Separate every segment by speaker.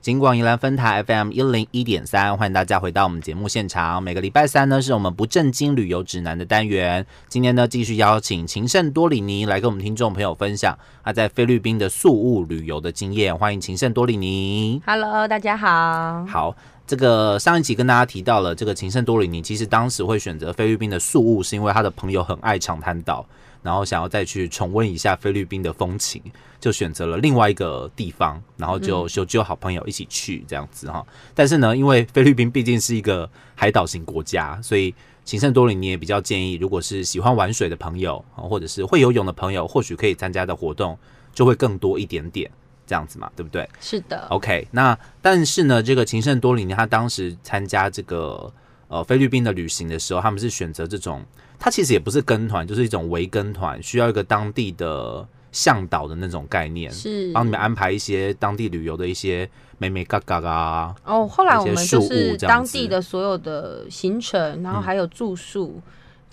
Speaker 1: 金广宜兰分台 FM 一零一点三，欢迎大家回到我们节目现场。每个礼拜三呢，是我们不正经旅游指南的单元。今天呢，继续邀请情圣多里尼来跟我们听众朋友分享他在菲律宾的宿务旅游的经验。欢迎情圣多里尼。
Speaker 2: Hello，大家好。
Speaker 1: 好，这个上一集跟大家提到了，这个情圣多里尼其实当时会选择菲律宾的宿务，是因为他的朋友很爱长滩岛，然后想要再去重温一下菲律宾的风情，就选择了另外一个地方，然后就就就好朋友一起去这样子哈。但是呢，因为菲律宾毕竟是一个海岛型国家，所以情圣多里尼也比较建议，如果是喜欢玩水的朋友，啊或者是会游泳的朋友，或许可以参加的活动就会更多一点点，这样子嘛，对不对？
Speaker 2: 是的，
Speaker 1: OK，那但是呢，这个情圣多里尼他当时参加这个呃菲律宾的旅行的时候，他们是选择这种，他其实也不是跟团，就是一种围跟团，需要一个当地的向导的那种概念，
Speaker 2: 是。
Speaker 1: 帮你们安排一些当地旅游的一些美美嘎嘎啊。
Speaker 2: 哦，后来我
Speaker 1: 一
Speaker 2: 们
Speaker 1: 些
Speaker 2: 就
Speaker 1: 事
Speaker 2: 是
Speaker 1: 物这样
Speaker 2: 当
Speaker 1: 子嗯
Speaker 2: 地的所有的行程，然后还有住宿，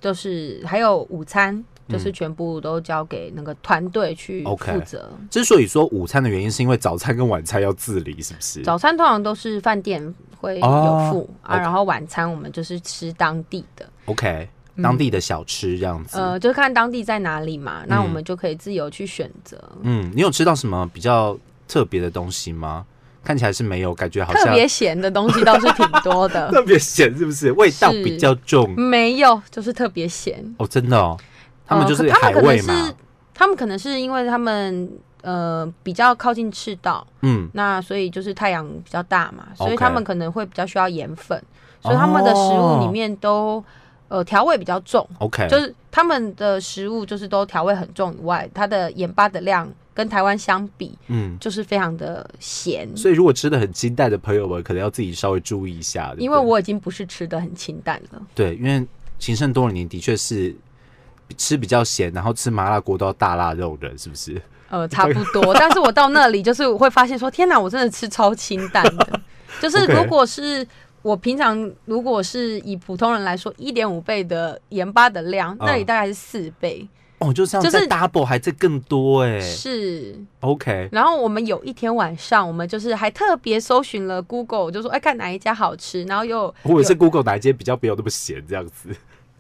Speaker 2: 都是还有午餐，就是全部都交给那个团队去
Speaker 1: 嗯 OK
Speaker 2: 负责。
Speaker 1: 之所以说午餐的原因，是因为早餐跟晚餐要自理，是不是？
Speaker 2: 早餐通常都是饭店会有
Speaker 1: 哦
Speaker 2: 付啊，
Speaker 1: OK
Speaker 2: 然后晚餐我们就是吃当地的，
Speaker 1: OK，当地的小吃这样子。
Speaker 2: 嗯呃，就看当地在哪里嘛，那我们就可以自由去选择。
Speaker 1: 嗯，你有吃到什么比较特别的东西吗？看起来是没有，感觉好像
Speaker 2: 特别咸的东西倒是挺多的，
Speaker 1: 特别咸是不是？味道
Speaker 2: 是
Speaker 1: 比较重
Speaker 2: 没有，就是特别咸。
Speaker 1: 哦，真的哦，他们
Speaker 2: 呃
Speaker 1: 就
Speaker 2: 可
Speaker 1: 是
Speaker 2: 他
Speaker 1: 海
Speaker 2: 们可能
Speaker 1: 味
Speaker 2: 是
Speaker 1: 嘛，
Speaker 2: 他们可能是因为他们呃比较靠近赤道，
Speaker 1: 嗯，
Speaker 2: 那所以就是太阳比较大嘛，所以
Speaker 1: OK
Speaker 2: 他们可能会比较需要盐分，所以他们的食物里面都、呃调味比较重，
Speaker 1: ，OK，
Speaker 2: 就是他们的食物就是都调味很重以外，它的盐巴的量跟台湾相比
Speaker 1: 嗯，
Speaker 2: 就是非常的咸。
Speaker 1: 所以如果吃的很清淡的朋友们，可能要自己稍微注意一下，对不
Speaker 2: 因为
Speaker 1: 对
Speaker 2: 我已经不是吃的很清淡了，
Speaker 1: 对，因为情圣多里尼的确是吃比较咸，然后吃麻辣锅都要大辣肉的，是不 是？
Speaker 2: 呃，差不 多。但是我到那里就是会发现说，天哪，我真的吃超清淡 的。就是如
Speaker 1: OK
Speaker 2: 果是我平常如果是以普通人来说，一点五倍的盐巴的量，那里
Speaker 1: 嗯
Speaker 2: 大概是四倍，
Speaker 1: 哦，就这样，
Speaker 2: 就是
Speaker 1: 再 double 还再更多哎
Speaker 2: 是。
Speaker 1: ，OK，
Speaker 2: 然后我们有一天晚上，我们就是还特别搜寻了 Google，就说哎看哪一家好吃，然后又
Speaker 1: 或者是
Speaker 2: 有
Speaker 1: Google 哪一间比较没有那么咸这样子，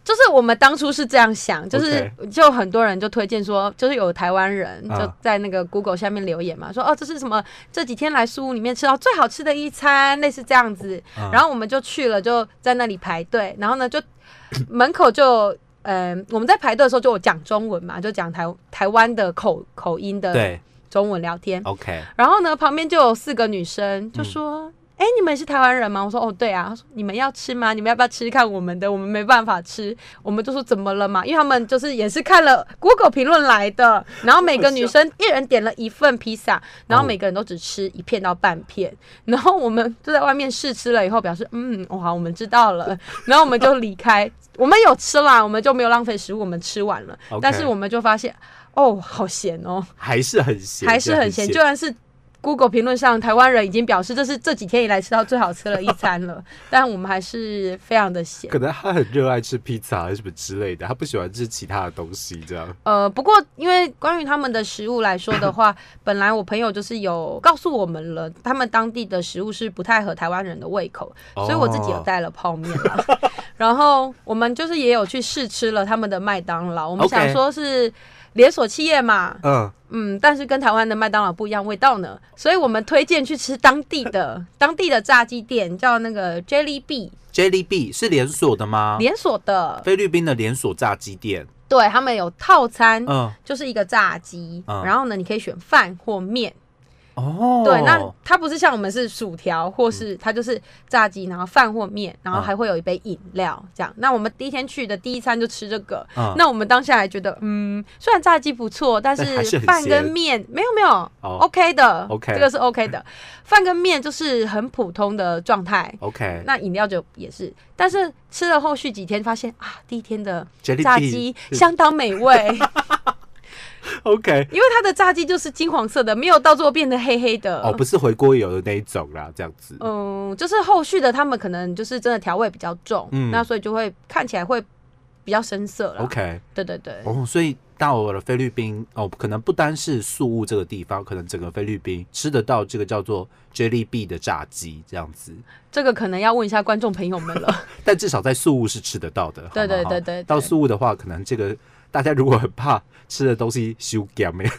Speaker 2: 就是我们当初是这样想，就是就很多人就推荐说，就是有台湾人
Speaker 1: 啊
Speaker 2: 就在那个 Google 下面留言嘛，说哦这是什么这几天来苏屋里面吃到最好吃的一餐，类似这样子。
Speaker 1: 嗯
Speaker 2: 然后我们就去了，就在那里排队，然后呢就 门口就。嗯，我们在排队的时候就有讲中文嘛，就讲台台湾的口口音
Speaker 1: 嗯
Speaker 2: 的
Speaker 1: 对
Speaker 2: 中文聊天。
Speaker 1: ，OK，
Speaker 2: 然后呢，旁边就有四个女生就说：“哎、你们是台湾人吗？”我说：“哦，对啊。”她说：“你们要吃吗？你们要不要吃吃看我们的？我们没办法吃。”我们就说：“怎么了嘛？”因为他们就是也是看了 Google 评论来的。然后每个女生一人点了一份披萨，然后每个人都只吃一片到半片。然后我们就在外面试吃了以后，表示：“嗯，哦好，我们知道了。”然后我们就离开。我们有吃啦，我们就没有浪费食物，我们吃完了。
Speaker 1: OK
Speaker 2: 但是我们就发现，哦，好咸哦。
Speaker 1: 还是很咸，
Speaker 2: 还是很咸，就算是 Google 评论上台湾人已经表示这是这几天以来吃到最好吃的一餐了，但我们还是非常的咸。
Speaker 1: 可能他很热爱吃披萨还是什么之类的，他不喜欢吃其他的东西，这样。
Speaker 2: 呃，不过因为关于他们的食物来说的话，本来我朋友就是有告诉我们了，他们当地的食物是不太合台湾人的胃口，所以我自己有
Speaker 1: 哦
Speaker 2: 带了 泡面啦。然后我们就是也有去试吃了他们的麦当劳，我们
Speaker 1: OK
Speaker 2: 想说是连锁企业嘛，
Speaker 1: 嗯，
Speaker 2: 嗯，但是跟台湾的麦当劳不一样味道呢，所以我们推荐去吃当地 的当地的炸鸡店，叫那个 Jelly Bee
Speaker 1: Jelly B 是连锁的吗？
Speaker 2: 连锁的，
Speaker 1: 菲律宾的连锁炸鸡店。
Speaker 2: 对他们有套餐，
Speaker 1: 嗯，
Speaker 2: 就是一个炸鸡，
Speaker 1: 嗯
Speaker 2: 然后呢你可以选饭或面，
Speaker 1: 哦，嗯
Speaker 2: 对，那它不是像我们是薯条，或是它就是炸鸡，然后饭或面，然
Speaker 1: 啊
Speaker 2: 后还会有一杯饮料这样。那我们第一天去的第一餐就吃这个，
Speaker 1: 嗯
Speaker 2: 那我们当下还觉得，嗯，虽然炸鸡不错，但
Speaker 1: 但还是
Speaker 2: 是
Speaker 1: 很
Speaker 2: 饭
Speaker 1: 咸
Speaker 2: 跟面没有没有、
Speaker 1: 哦
Speaker 2: o k 的
Speaker 1: OK
Speaker 2: 这个是 OK 的，饭跟面就是很普通的状态。
Speaker 1: OK
Speaker 2: 那饮料就也是，但是吃了后续几天发现啊，第一天的
Speaker 1: Jelly
Speaker 2: 炸
Speaker 1: Bee
Speaker 2: 鸡相当美味。
Speaker 1: OK，
Speaker 2: 因为它的炸鸡就是金黄色的，没有到最后变得黑黑的。
Speaker 1: 哦，不是回锅油的那一种啦，这样子。
Speaker 2: 嗯，就是后续的他们可能就是真的调味比较重，
Speaker 1: 嗯
Speaker 2: 那所以就会看起来会比较深色了。
Speaker 1: OK，
Speaker 2: 对对对，
Speaker 1: 哦，所以到了菲律宾哦，可能不单是宿务这个地方，可能整个菲律宾吃得到这个叫做 Jelly Bee 的炸鸡这样子，
Speaker 2: 这个可能要问一下观众朋友们了。
Speaker 1: 但至少在宿务是吃得到的。好吗
Speaker 2: 对对对
Speaker 1: 好
Speaker 2: 对对
Speaker 1: 到宿务的话，可能这个大家如果很怕吃的东西修改没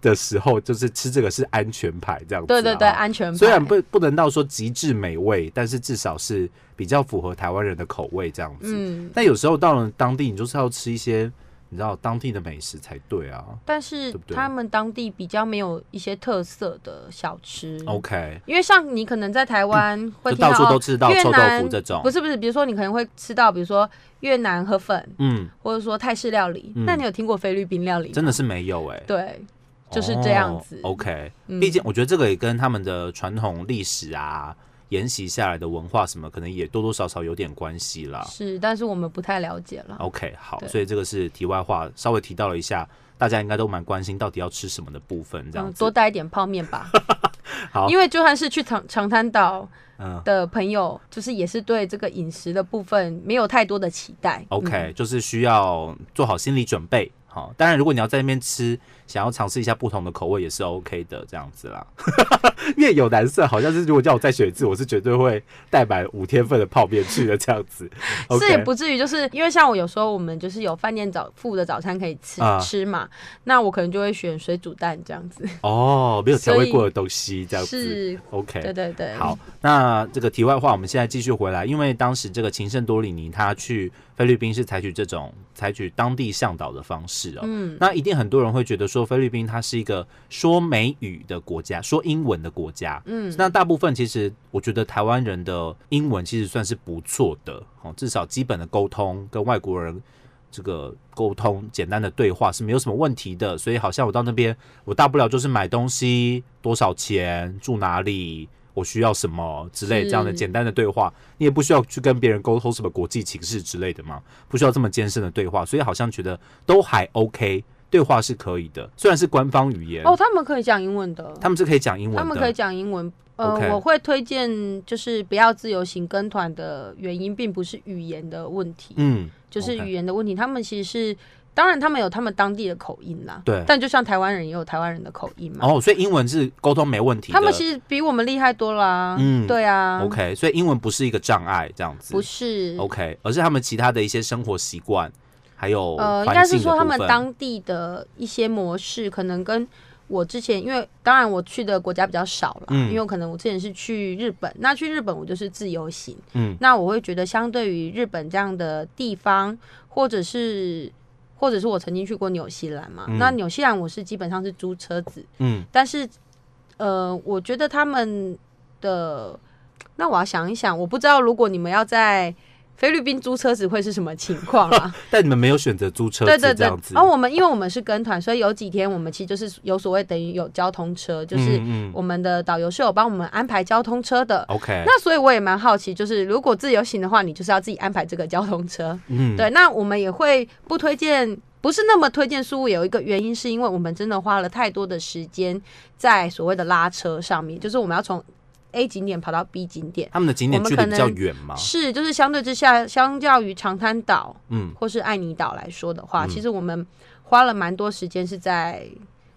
Speaker 1: 的时候，就是吃这个是安全牌这样子啊。
Speaker 2: 对对对，安全牌
Speaker 1: 虽然不不能到说极致美味，但是至少是比较符合台湾人的口味这样子。
Speaker 2: 嗯，
Speaker 1: 但有时候到了当地，你就是要吃一些你知道当地的美食才对啊。
Speaker 2: 但是
Speaker 1: 对不对
Speaker 2: 他们当地比较没有一些特色的小吃。
Speaker 1: OK，
Speaker 2: 因为像你可能在台湾会
Speaker 1: 哦嗯就
Speaker 2: 听到
Speaker 1: 到处都
Speaker 2: 哦，
Speaker 1: 吃到
Speaker 2: 越
Speaker 1: 臭豆
Speaker 2: 南
Speaker 1: 腐这种
Speaker 2: 不，是不是，比如说你可能会吃到，比如说越南河粉，
Speaker 1: 嗯，
Speaker 2: 或者说泰式料理。
Speaker 1: 嗯
Speaker 2: 那你有听过菲律宾料理吗？
Speaker 1: 真的是没有哎、
Speaker 2: 对，就是这样子。
Speaker 1: 哦 OK，
Speaker 2: 嗯
Speaker 1: 毕竟我觉得这个也跟他们的传统历史啊、沿袭下来的文化什么，可能也多多少少有点关系啦。
Speaker 2: 是，但是我们不太了解了。
Speaker 1: OK，好，
Speaker 2: 对
Speaker 1: 所以这个是题外话，稍微提到了一下，大家应该都蛮关心到底要吃什么的部分，这样
Speaker 2: 嗯，
Speaker 1: 子。。
Speaker 2: 多带一点泡面吧
Speaker 1: 好
Speaker 2: 因为就算是去长长滩岛
Speaker 1: 嗯
Speaker 2: 的朋友，就是也是对这个饮食的部分没有太多的期待。
Speaker 1: OK，、就是需要做好心理准备。好，当然如果你要在那边吃，想要尝试一下不同的口味也是 OK 的，这样子 啦。面有难色，好像是如果叫我再选一次，我是绝对会带满五天份的泡面去的这样子。
Speaker 2: 嗯
Speaker 1: OK，
Speaker 2: 是也不至于，就是因为像我有时候我们就是有饭店早附的早餐可以吃、
Speaker 1: 啊
Speaker 2: 吃嘛，那我可能就会选水煮蛋这样子。
Speaker 1: 哦，没有调
Speaker 2: 所
Speaker 1: 味
Speaker 2: 以
Speaker 1: 过的东西这样子。
Speaker 2: 是，
Speaker 1: OK，
Speaker 2: 对对对，
Speaker 1: 好，那这个题外话，我们现在继续回来，因为当时这个秦圣多里尼他去菲律宾是采取这种采取当地向导的方式哦。
Speaker 2: 嗯，
Speaker 1: 那一定很多人会觉得说，菲律宾它是一个说美语的国家，说英文的国家。
Speaker 2: 嗯，
Speaker 1: 那大部分其实我觉得台湾人的英文其实算是不错的，哦，至少基本的沟通跟外国人这个沟通简单的对话是没有什么问题的。所以好像我到那边，我大不了就是买东西多少钱，住哪里。我需要什么之类
Speaker 2: 是
Speaker 1: 这样的简单的对话，你也不需要去跟别人沟通什么国际情势之类的嘛，不需要这么艰深的对话，所以好像觉得都还 OK，对话是可以的，虽然是官方语言，
Speaker 2: 哦，他们可以讲英文的，
Speaker 1: 他们是可以讲英文的，
Speaker 2: 他们可以讲英文。呃
Speaker 1: OK
Speaker 2: 我会推荐就是不要自由行跟团的原因，并不是语言的问题，
Speaker 1: 嗯，
Speaker 2: 就是
Speaker 1: ，OK
Speaker 2: 语言的问题。他们其实是，当然他们有他们当地的口音啦，
Speaker 1: 对
Speaker 2: 但就像台湾人也有台湾人的口音嘛，
Speaker 1: 哦，所以英文是沟通没问题的。
Speaker 2: 他们其实比我们厉害多啦。
Speaker 1: 嗯
Speaker 2: 对啊
Speaker 1: OK，所以哦英文不是一个障碍，这样子
Speaker 2: 不是
Speaker 1: OK，而是他们其他的一些生活习惯，还有
Speaker 2: 呃，
Speaker 1: 哦
Speaker 2: 应
Speaker 1: 环
Speaker 2: 该
Speaker 1: 境
Speaker 2: 是
Speaker 1: 的
Speaker 2: 说他
Speaker 1: 部
Speaker 2: 们
Speaker 1: 分
Speaker 2: 当地的一些模式，可能跟我之前，因为当然我去的国家比较少了，
Speaker 1: 嗯
Speaker 2: 因为我可能我之前是去日本，那去日本我就是自由行，
Speaker 1: 嗯，
Speaker 2: 那我会觉得相对于日本这样的地方，或者是。或者是我曾经去过纽西兰嘛，
Speaker 1: 嗯
Speaker 2: 那纽西兰我是基本上是租车子，
Speaker 1: 嗯
Speaker 2: 但是，呃，我觉得他们的，那我要想一想，我不知道如果你们要在菲律宾租车子会是什么情 况啊？
Speaker 1: 但你们没有选择租车
Speaker 2: 对
Speaker 1: 子
Speaker 2: 对哦
Speaker 1: 这
Speaker 2: 对
Speaker 1: 样，子，
Speaker 2: 然后我们因为我们是跟团，所以有几天我们其实就是有所谓等于有交通车，就是
Speaker 1: 嗯嗯
Speaker 2: 我们的导游是有帮我们安排交通车的。
Speaker 1: OK，
Speaker 2: 那所以我也蛮好奇，就是如果自由行的话，你就是要自己安排这个交通车。
Speaker 1: 嗯，
Speaker 2: 对，那我们也会不推荐，不是那么推荐苏务。有一个原因是因为我们真的花了太多的时间在所谓的拉车上面，就是我们要从 A 景点跑到 B 景点，
Speaker 1: 他们的景点
Speaker 2: 我们
Speaker 1: 距离
Speaker 2: 可
Speaker 1: 比较
Speaker 2: 能
Speaker 1: 远嘛，
Speaker 2: 是就是相对之下，相较于长滩岛，
Speaker 1: 嗯
Speaker 2: 或是爱尼岛来说的话，其实我们花了蛮多时间是在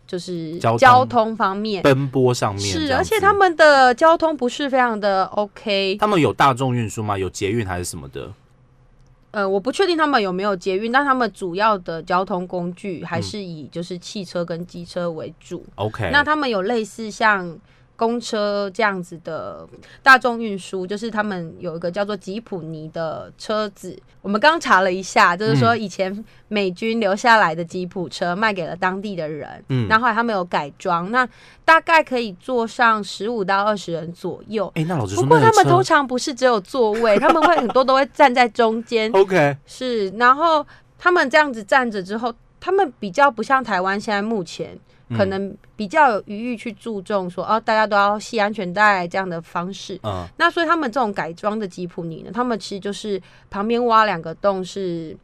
Speaker 2: 就是
Speaker 1: 交通
Speaker 2: 交通方面，
Speaker 1: 奔波上面这
Speaker 2: 是，
Speaker 1: 样
Speaker 2: 而且
Speaker 1: 子
Speaker 2: 他们的交通不是非常的 OK。
Speaker 1: 他们有大众运输吗？有捷运还是什么的？
Speaker 2: 呃，我不确定他们有没有捷运，但他们主要的交通工具
Speaker 1: 嗯
Speaker 2: 还是以就是汽车跟机车为主。
Speaker 1: OK，
Speaker 2: 那他们有类似像。公车这样子的大众运输，就是他们有一个叫做吉普尼的车子。我们刚查了一下，就是说
Speaker 1: 嗯
Speaker 2: 以前美军留下来的吉普车卖给了当地的人，
Speaker 1: 嗯
Speaker 2: 然后后来他们有改装，那大概可以坐上十五到二十人左右。
Speaker 1: 哎、那老实说，
Speaker 2: 不过
Speaker 1: 那
Speaker 2: 他
Speaker 1: 个
Speaker 2: 们
Speaker 1: 车
Speaker 2: 通常不是只有座位，他们会很多都会站在中间，
Speaker 1: OK，
Speaker 2: 是，然后他们这样子站着之后，他们比较不像台湾现在目前
Speaker 1: 嗯
Speaker 2: 可能比较有余裕去注重说、哦，大家都要系安全带这样的方式。
Speaker 1: 嗯
Speaker 2: 那所以他们这种改装的吉普尼呢，他们其实就是旁边挖两个洞是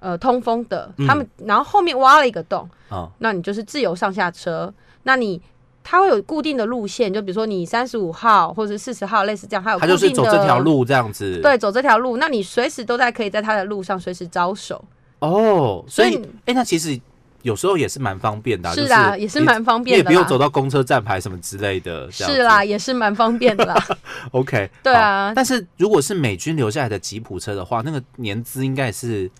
Speaker 2: 呃通风的，他们然后后面挖了一个洞，
Speaker 1: 嗯
Speaker 2: 那你就是自由上下车，那你。它会有固定的路线，就比如说你三十五号或者四十号，类似这样，它有
Speaker 1: 他
Speaker 2: 固
Speaker 1: 就
Speaker 2: 定
Speaker 1: 是
Speaker 2: 的
Speaker 1: 走这条路这样子，
Speaker 2: 对，走这条路，那你随时都在可以在他的路上随时招手。
Speaker 1: 哦，所
Speaker 2: 所
Speaker 1: 以
Speaker 2: 以
Speaker 1: 哎、诶那其实有时候也是蛮方便的、啊，
Speaker 2: 是啦
Speaker 1: 就
Speaker 2: 也是蛮方便的啦
Speaker 1: 你也不用走到公车站牌什么之类的，这样子
Speaker 2: 是啦，也是蛮方便 的啦。
Speaker 1: ，OK，
Speaker 2: 对啊
Speaker 1: 好但是如果是美军留下来的吉普车的话，那个年资应该也是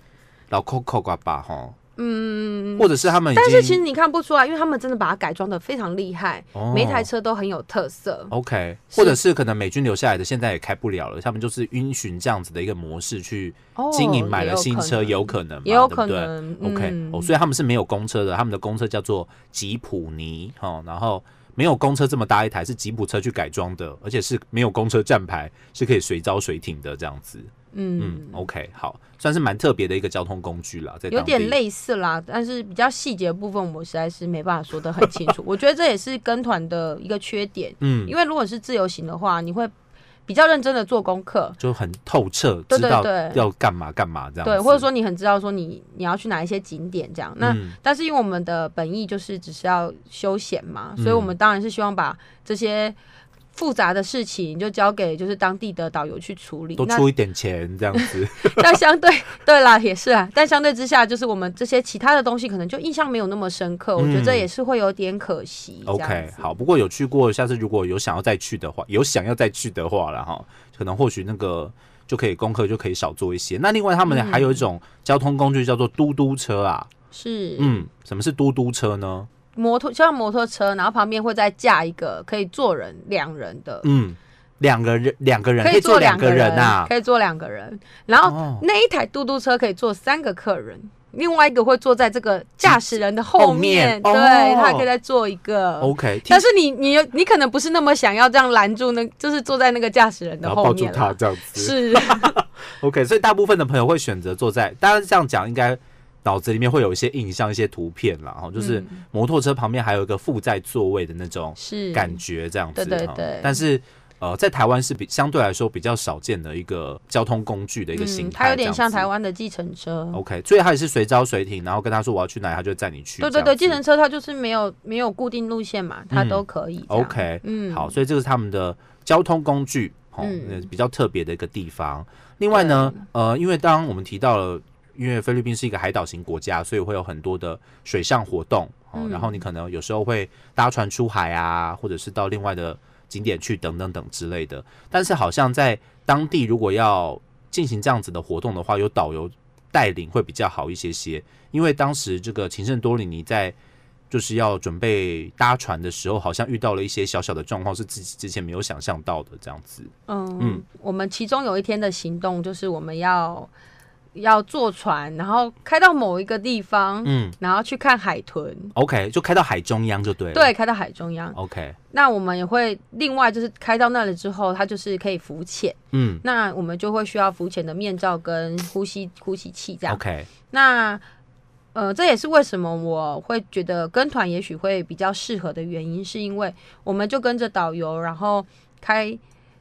Speaker 1: 老 Coco 吧吧哈，嗯，或者是他们已经，
Speaker 2: 但是其实你看不出来，因为他们真的把它改装的非常厉害，
Speaker 1: 哦
Speaker 2: 每一台车都很有特色。
Speaker 1: OK，
Speaker 2: 是
Speaker 1: 或者是可能美军留下来的现在也开不了了，他们就是允许这样子的一个模式去
Speaker 2: 哦
Speaker 1: 经营，买了新车，
Speaker 2: 也有
Speaker 1: 有可能嘛，
Speaker 2: 也有
Speaker 1: 对不
Speaker 2: 可
Speaker 1: 对
Speaker 2: 能。
Speaker 1: OK，、
Speaker 2: 嗯
Speaker 1: 哦，所以他们是没有公车的，他们的公车叫做吉普尼哦，然后没有公车这么大一台是吉普车去改装的，而且是没有公车站牌，是可以随招随停的这样子。嗯
Speaker 2: 嗯，
Speaker 1: ，OK，好，算是蛮特别的一个交通工具啦，在
Speaker 2: 有
Speaker 1: 当
Speaker 2: 点
Speaker 1: 地。
Speaker 2: 类似啦，但是比较细节的部分我实在是没办法说的很清 楚。我觉得这也是跟团的一个缺点，
Speaker 1: 嗯，
Speaker 2: 因为如果是自由行的话，你会比较认真的做功课，
Speaker 1: 就很透彻，
Speaker 2: 对
Speaker 1: 知道
Speaker 2: 对对
Speaker 1: 要干嘛干嘛这样子。
Speaker 2: 对，或者说你很知道说你你要去哪一些景点这样。那、
Speaker 1: 嗯
Speaker 2: 但是因为我们的本意就是只是要休闲嘛，
Speaker 1: 嗯
Speaker 2: 所以我们当然是希望把这些复杂的事情就交给就是当地的导游去处理。
Speaker 1: 多
Speaker 2: 那
Speaker 1: 出一点钱这样子。
Speaker 2: 但相对对啦，也是啊，但相对之下，就是我们这些其他的东西可能就印象没有那么深刻，我觉得这也是会有点可惜。这样
Speaker 1: 嗯 OK，
Speaker 2: 子
Speaker 1: 好，，不过有去过，下次如果有想要再去的话，有想要再去的话了哈，可能或许那个就可以功课就可以少做一些。那另外他们还有一种交通工具叫做嘟嘟车啊，
Speaker 2: 是
Speaker 1: 嗯，什么是嘟嘟车呢？
Speaker 2: 摩托像摩托车，然后旁边会再架一个可以坐人两人的，
Speaker 1: 嗯，两个人两个人
Speaker 2: 可以
Speaker 1: 坐
Speaker 2: 坐
Speaker 1: 两
Speaker 2: 两
Speaker 1: 个
Speaker 2: 个人
Speaker 1: 人啊，
Speaker 2: 可以坐两个人，然后
Speaker 1: 哦，
Speaker 2: 那一台嘟嘟车可以坐三个客人，另外一个会坐在这个驾驶人的后面，
Speaker 1: 后面
Speaker 2: 对，
Speaker 1: 哦
Speaker 2: 他还可以再坐一个。
Speaker 1: OK，
Speaker 2: 呃但是你你你可能不是那么想要这样拦住那，就是坐在那个驾驶人的
Speaker 1: 然后
Speaker 2: 后
Speaker 1: 抱住
Speaker 2: 面
Speaker 1: 他
Speaker 2: 啦。
Speaker 1: 这样子
Speaker 2: 是，
Speaker 1: ，OK，所以大部分的朋友会选择坐在，当然这样讲应该脑子里面会有一些印象、一些图片啦， 哈，就是
Speaker 2: 嗯
Speaker 1: 摩托车旁边还有一个负载座位的那种
Speaker 2: 是
Speaker 1: 感觉这样子。
Speaker 2: 对对
Speaker 1: 哈
Speaker 2: 对
Speaker 1: 但是呃，在台湾是比相对来说比较少见的一个交通工具的一个形
Speaker 2: 嗯，
Speaker 1: 态、
Speaker 2: 它有点像台
Speaker 1: 湾。
Speaker 2: 湾的计程车。
Speaker 1: OK，所以他也是随招随停，然后跟他说我要去哪里，他就载你去。
Speaker 2: 对对对，
Speaker 1: 这
Speaker 2: 计
Speaker 1: 样
Speaker 2: 程
Speaker 1: 子
Speaker 2: 车它就是没有没有固定路线嘛，它
Speaker 1: 嗯
Speaker 2: 都可以这样。
Speaker 1: OK，
Speaker 2: 嗯，
Speaker 1: 好，所以这个是他们的交通工具，哦，
Speaker 2: 嗯
Speaker 1: 那比较特别的一个地方。另外呢，呃，因为当我们提到了，因为菲律宾是一个海岛型国家，所以会有很多的水上活动，哦，
Speaker 2: 嗯
Speaker 1: 然后你可能有时候会搭船出海啊，或者是到另外的景点去等等等之类的。但是好像在当地如果要进行这样子的活动的话，有导游带领会比较好一些些。因为当时这个秦圣多里尼在就是要准备搭船的时候，好像遇到了一些小小的状况，是自己之前没有想象到的这样子。
Speaker 2: 嗯，
Speaker 1: 嗯
Speaker 2: 我们其中有一天的行动就是我们要要坐船，然后开到某一个地方，
Speaker 1: 嗯
Speaker 2: 然后去看海豚。
Speaker 1: ，OK，就开到海中央就对了。
Speaker 2: 对，开到海中央。
Speaker 1: ，OK，
Speaker 2: 那我们也会另外就是开到那里之后，它就是可以浮潜。
Speaker 1: 嗯
Speaker 2: 那我们就会需要浮潜的面罩跟呼吸呼吸器这样。
Speaker 1: ，OK，
Speaker 2: 那呃，这也是为什么我会觉得跟团也许会比较适合的原因，是因为我们就跟着导游，然后开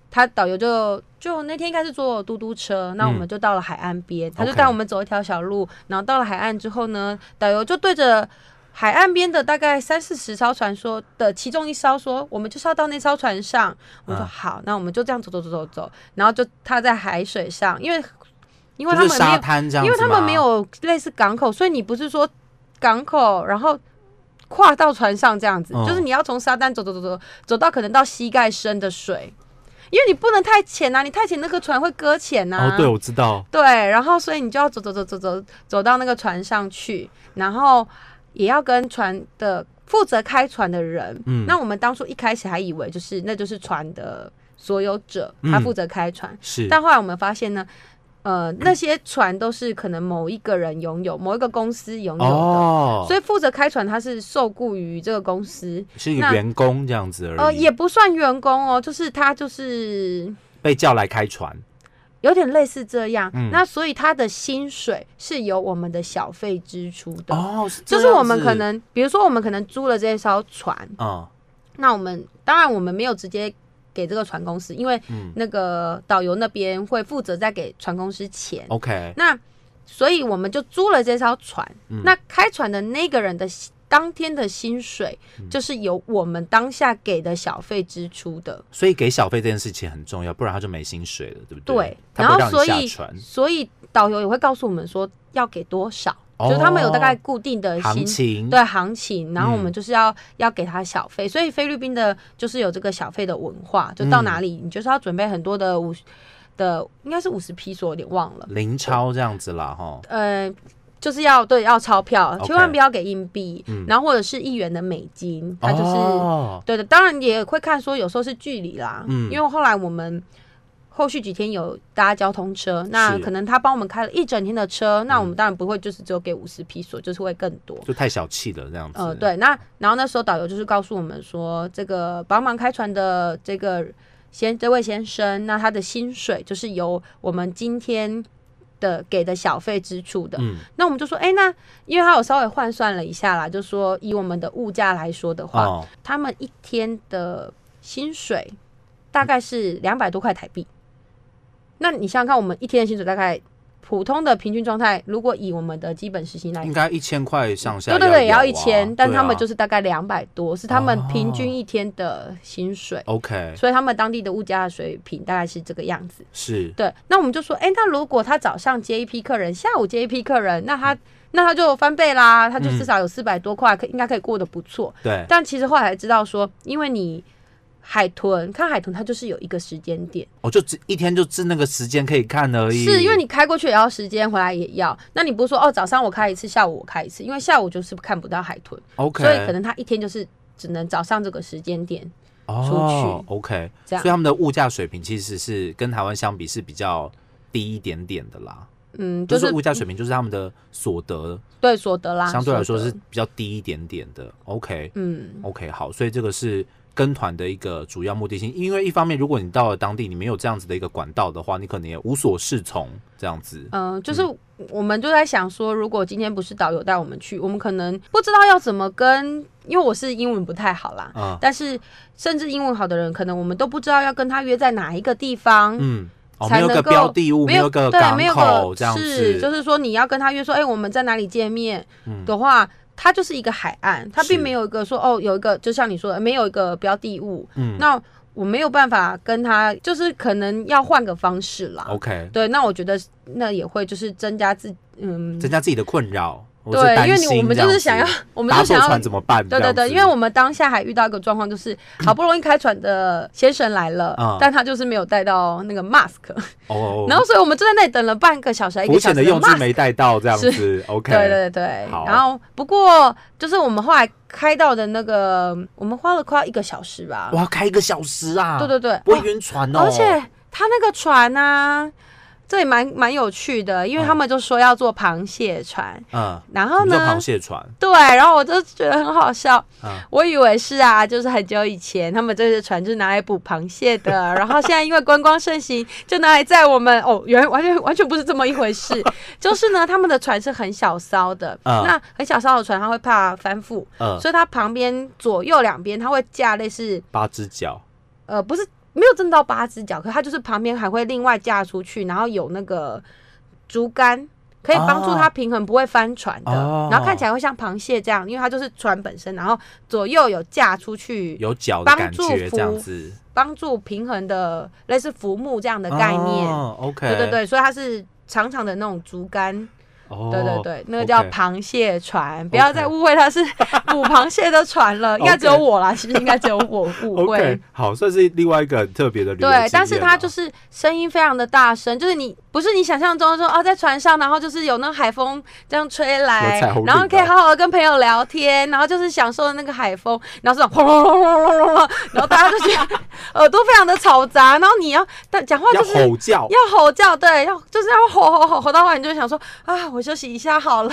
Speaker 2: 他导游就就那天应该是坐嘟嘟车，那我们就到了海岸边，他就
Speaker 1: 嗯 OK
Speaker 2: 带我们走一条小路，然后到了海岸之后呢，导游就对着。海岸边的大概三四十艘船说的其中一艘说，我们就是要到那艘船上。我说
Speaker 1: 嗯
Speaker 2: 好，那我们就这样走走走走走，然后就踏在海水上，因为因为他
Speaker 1: 就
Speaker 2: 们
Speaker 1: 是
Speaker 2: 没有
Speaker 1: 沙滩这样子
Speaker 2: 因为他们没
Speaker 1: 吗
Speaker 2: 有类似港口，所以你不是说港口，然后跨到船上这样子，
Speaker 1: 嗯
Speaker 2: 就是你要从沙滩走走走走走到可能到膝盖深的水，因为你不能太浅啊呐、你太浅那个船会搁浅呐、
Speaker 1: 哦，对，我知道。
Speaker 2: 对然后所以你就要走走走走走走到那个船上去，然后也要跟船的负责开船的人。
Speaker 1: 嗯
Speaker 2: 那我们当初一开始还以为就是那就是船的所有者，他
Speaker 1: 嗯
Speaker 2: 负责开船，
Speaker 1: 是，
Speaker 2: 但后来我们发现呢，呃，那些船都是可能某一个人拥有，某一个公司拥有的，
Speaker 1: 哦，
Speaker 2: 所以负责开船他是受雇于这个公司，
Speaker 1: 是一个
Speaker 2: 那
Speaker 1: 员工这样子而已，
Speaker 2: 呃，也不算员工哦，就是他就是
Speaker 1: 被叫来开船。
Speaker 2: 有点类似这样。
Speaker 1: 嗯
Speaker 2: 那所以他的薪水是由我们的小费支出的。
Speaker 1: 哦，是
Speaker 2: 就
Speaker 1: 这
Speaker 2: 是
Speaker 1: 样
Speaker 2: 我们
Speaker 1: 子
Speaker 2: 可，能，比如说我们可能租了这艘船，
Speaker 1: 嗯，
Speaker 2: 那我们当然我们没有直接给这个船公司，因为
Speaker 1: 嗯
Speaker 2: 那个导游那边会负责再给船公司钱。
Speaker 1: OK，
Speaker 2: 那所以我们就租了这艘船。
Speaker 1: 嗯
Speaker 2: 那开船的那个人的薪当天的薪水，
Speaker 1: 嗯
Speaker 2: 就是由我们当下给的小费支出的。
Speaker 1: 所以给小费这件事情很重要，不然他就没薪水了，对不
Speaker 2: 对，
Speaker 1: 他
Speaker 2: 然
Speaker 1: 不会让
Speaker 2: 后所
Speaker 1: 你下
Speaker 2: 以
Speaker 1: 船。
Speaker 2: 所以导游也会告诉我们说要给多少。
Speaker 1: 哦
Speaker 2: 就是他们有大概固定的
Speaker 1: 行
Speaker 2: 薪
Speaker 1: 情，
Speaker 2: 对呃行情，然后我
Speaker 1: 嗯
Speaker 2: 们就是要、要给他小费，所以菲律宾的就是有这个小费的文化，就
Speaker 1: 嗯
Speaker 2: 到哪里、你就是要准备很多的五的，应该是五十披索，我有点忘了，
Speaker 1: 零钞这样子啦，哈，
Speaker 2: 呃，就是要对要钞票
Speaker 1: OK
Speaker 2: 千万不要给硬币、
Speaker 1: 嗯
Speaker 2: 然后或者是一元的美金，它就是、
Speaker 1: 哦
Speaker 2: 对的，当然也会看说有时候是距离啦，
Speaker 1: 嗯
Speaker 2: 因为后来我们后续几天有搭交通车，那
Speaker 1: 是嗯
Speaker 2: 可能他帮我们开了一整天的车，那我们当然不会就是只有给五十披索，就是会更多。
Speaker 1: 就太小气了这样子。
Speaker 2: 呃，，对，那然后那时候导游就是告诉我们说，这个帮忙开船的这个先这位先生，那他的薪水就是由我们今天的给的小费支出的。
Speaker 1: 嗯，
Speaker 2: 那我们就说，哎、那因为他有稍微换算了一下啦，就说以我们的物价来说的话，
Speaker 1: 哦，
Speaker 2: 他们一天的薪水大概是两百多块台币。那你想想看，我们一天的薪水大概普通的平均状态，如果以我们的基本时薪来
Speaker 1: 应该一千块上下、
Speaker 2: 对对对，也要一
Speaker 1: 啊、
Speaker 2: 千，但他们就是是大概两百多，是他们平
Speaker 1: 哦
Speaker 2: 均一天的薪水，
Speaker 1: OK，
Speaker 2: 所以他们当地的物价水平大概是这个样子。
Speaker 1: 是
Speaker 2: 对，那我们就说，哎、那如果他早上接一批客人，下午接一批客人，那
Speaker 1: 嗯
Speaker 2: 他那他就翻倍啦，他就至少有四百多块，可应该可以过得不错。
Speaker 1: 对，
Speaker 2: 但其实后来才知道说，因为你海豚看海豚，它就是有一个时间点，
Speaker 1: 我哦就只一天就只那个时间可以看而已。
Speaker 2: 是因为你开过去也要时间，回来也要。那你不是说哦，早上我开一次，下午我开一次，因为下午就是看不到海豚。
Speaker 1: OK，
Speaker 2: 所以可能他一天就是只能早上这个时间点。
Speaker 1: 哦，OK，
Speaker 2: 这样
Speaker 1: 所以他们的物价水平其实是跟台湾相比是比较低一点点的啦，
Speaker 2: 嗯，
Speaker 1: 就
Speaker 2: 就是是
Speaker 1: 物价水平就是他们的所得
Speaker 2: 对所得啦，
Speaker 1: 相对来说
Speaker 2: 所
Speaker 1: 是
Speaker 2: 得
Speaker 1: 比较低一点点的。OK，
Speaker 2: 嗯，
Speaker 1: OK，好，所以这个是跟团的一个主要目的性，因为一方面，如果你到了当地，你没有这样子的一个管道的话，你可能也无所适从，这样子。
Speaker 2: 嗯，就是我们就在想说，如果今天不是导游带我们去，我们可能不知道要怎么跟，因为我是英文不太好啦，
Speaker 1: 嗯
Speaker 2: 但是甚至英文好的人，可能我们都不知道要跟他约在哪一个地方。
Speaker 1: 嗯，哦，
Speaker 2: 才
Speaker 1: 没有个
Speaker 2: 能够
Speaker 1: 标的物，没有个
Speaker 2: 对，
Speaker 1: 港
Speaker 2: 没有
Speaker 1: 口
Speaker 2: 个
Speaker 1: 这样
Speaker 2: 是，就
Speaker 1: 子，
Speaker 2: 是说你要跟他约说，哎、我们在哪里见面
Speaker 1: 嗯
Speaker 2: 的话，它就是一个海岸，它
Speaker 1: 是
Speaker 2: 并没有一个说哦，有一个就像你说的，没有一个标的物，
Speaker 1: 嗯
Speaker 2: 那我没有办法跟他，就是可能要换个方式啦。
Speaker 1: ，OK，
Speaker 2: 对，那我觉得那也会就是增加自嗯，
Speaker 1: 增加自己的困扰，或是
Speaker 2: 对，
Speaker 1: 担
Speaker 2: 因为
Speaker 1: 心
Speaker 2: 你我们
Speaker 1: 这
Speaker 2: 就是
Speaker 1: 样
Speaker 2: 想要
Speaker 1: 子，
Speaker 2: 我们
Speaker 1: 搭
Speaker 2: 就
Speaker 1: 错
Speaker 2: 想要
Speaker 1: 船，怎么办？这
Speaker 2: 对对
Speaker 1: 样
Speaker 2: 对，
Speaker 1: 子
Speaker 2: 因为我们当下还遇到一个状况，就是好不容易开船的先生来了，
Speaker 1: 嗯
Speaker 2: 但他就是没有带到那个 mask，、
Speaker 1: 哦哦，
Speaker 2: 然后所以我们就在那里等了半个小时，还一
Speaker 1: 浮
Speaker 2: 个小
Speaker 1: 潜
Speaker 2: 时
Speaker 1: 的用具
Speaker 2: mask。
Speaker 1: 没带到，这样
Speaker 2: 是
Speaker 1: 子，OK，
Speaker 2: 对对对，
Speaker 1: 好
Speaker 2: 然后不过就是我们后来开到的那个，我们花了快要一个小时吧。
Speaker 1: 哇，开一个小时啊，
Speaker 2: 对对对，
Speaker 1: 不
Speaker 2: 哦
Speaker 1: 会晕船哦，
Speaker 2: 而且他那个船呢、啊，这也蛮蛮有趣的，因为他们就说要做螃蟹船，
Speaker 1: 嗯，
Speaker 2: 然
Speaker 1: 什
Speaker 2: 后
Speaker 1: 么叫螃
Speaker 2: 呢，
Speaker 1: 蟹船？
Speaker 2: 对，然后我就觉得很好笑，
Speaker 1: 啊
Speaker 2: 我以为是啊，就是很久以前他们这些船就是拿来捕螃蟹的， 然后现在因为观光盛行，就拿来载我们哦，原来完全完全不是这么一回事，就是呢，他们的船是很小艘的，
Speaker 1: 嗯
Speaker 2: 那很小艘的船它会怕翻覆，
Speaker 1: 嗯，
Speaker 2: 所以它旁边左右两边它会架类似
Speaker 1: 八只脚，
Speaker 2: 呃，不是没有挣到八只脚，可它就是旁边还会另外架出去，然后有那个竹竿可以帮助它
Speaker 1: 哦
Speaker 2: 平衡，不会翻船的。
Speaker 1: 哦
Speaker 2: 然后看起来会像螃蟹这样，因为它就是船本身，然后左右有架出去，
Speaker 1: 有脚的
Speaker 2: 帮
Speaker 1: 感
Speaker 2: 助
Speaker 1: 觉，这样
Speaker 2: 扶
Speaker 1: 子。
Speaker 2: 帮助平衡的类似浮木这样的概念。
Speaker 1: 哦、OK，
Speaker 2: 对对，对，所以它是。长长的那种竹竿，
Speaker 1: 哦、
Speaker 2: 对对对，那个叫
Speaker 1: OK
Speaker 2: 螃蟹船，不要再误会它是 捕螃蟹的船了，应该只有
Speaker 1: OK
Speaker 2: 我啦，其实应该只有我误会。
Speaker 1: OK，好，算是另外一个很特别的旅游
Speaker 2: 对，但是它就是是声音非常的大声，就是你不是你想象中说哦，在船上，然后就是有那个海风这样吹来
Speaker 1: 有彩虹，
Speaker 2: 然后
Speaker 1: 领
Speaker 2: 可以
Speaker 1: 带
Speaker 2: 好好的跟朋友聊天，然后就是享受那个海风，然后这种轰隆隆隆隆隆隆，然后大家就觉得耳朵非常的嘈杂，然后你要但讲话
Speaker 1: 哦要
Speaker 2: 就是。
Speaker 1: 吼叫，
Speaker 2: 要吼叫，对，要就是要吼吼吼吼到后来，你就想说啊，我休息一下好了，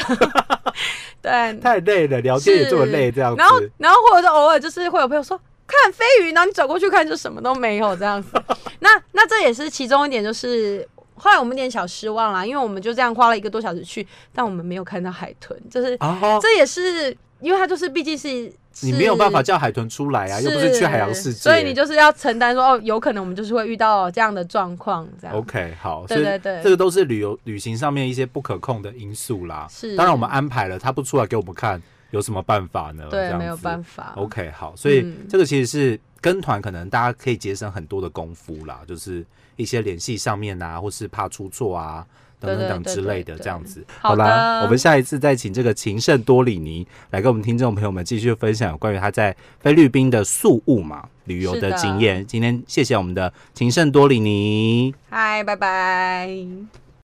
Speaker 2: 对，
Speaker 1: 太累了，聊天也这么
Speaker 2: 是
Speaker 1: 累，这样子。
Speaker 2: 然后，然后或者是偶尔就是会有朋友说看飞鱼，然后你转过去看就什么都没有这样 子。那那这也是其中一点，就是后来我们有点小失望啦，因为我们就这样花了一个多小时去，但我们没有看到海豚，就是、
Speaker 1: 啊，
Speaker 2: 这也是因为它就是毕竟是
Speaker 1: 你没有办法
Speaker 2: 是
Speaker 1: 叫海豚出来啊，又不是去海洋世界，
Speaker 2: 所以你就是要承担说哦，有可能我们就是会遇到这样的状况这样。
Speaker 1: OK 好，
Speaker 2: 对
Speaker 1: 所以
Speaker 2: 对对
Speaker 1: 这个都是旅游旅行上面一些不可控的因素啦。
Speaker 2: 是
Speaker 1: 当然我们安排了，他不出来给我们看，有什么办法呢？这
Speaker 2: 对，
Speaker 1: 样
Speaker 2: 没有
Speaker 1: 子
Speaker 2: 办法。
Speaker 1: OK，好，所以
Speaker 2: 嗯
Speaker 1: 这个其实是跟团，可能大家可以节省很多的功夫啦，就是一些联系上面啊，或是怕出错啊。等等等
Speaker 2: 对对
Speaker 1: 之
Speaker 2: 对
Speaker 1: 类的，
Speaker 2: 对
Speaker 1: 这样子。
Speaker 2: 好的
Speaker 1: 啦，我们下一次再请这个情圣多里尼来跟我们听众朋友们继续分享有关于他在菲律宾的宿务嘛旅游
Speaker 2: 是
Speaker 1: 的
Speaker 2: 的
Speaker 1: 经验。今天谢谢我们的情圣多里尼。
Speaker 2: 嗨，拜拜。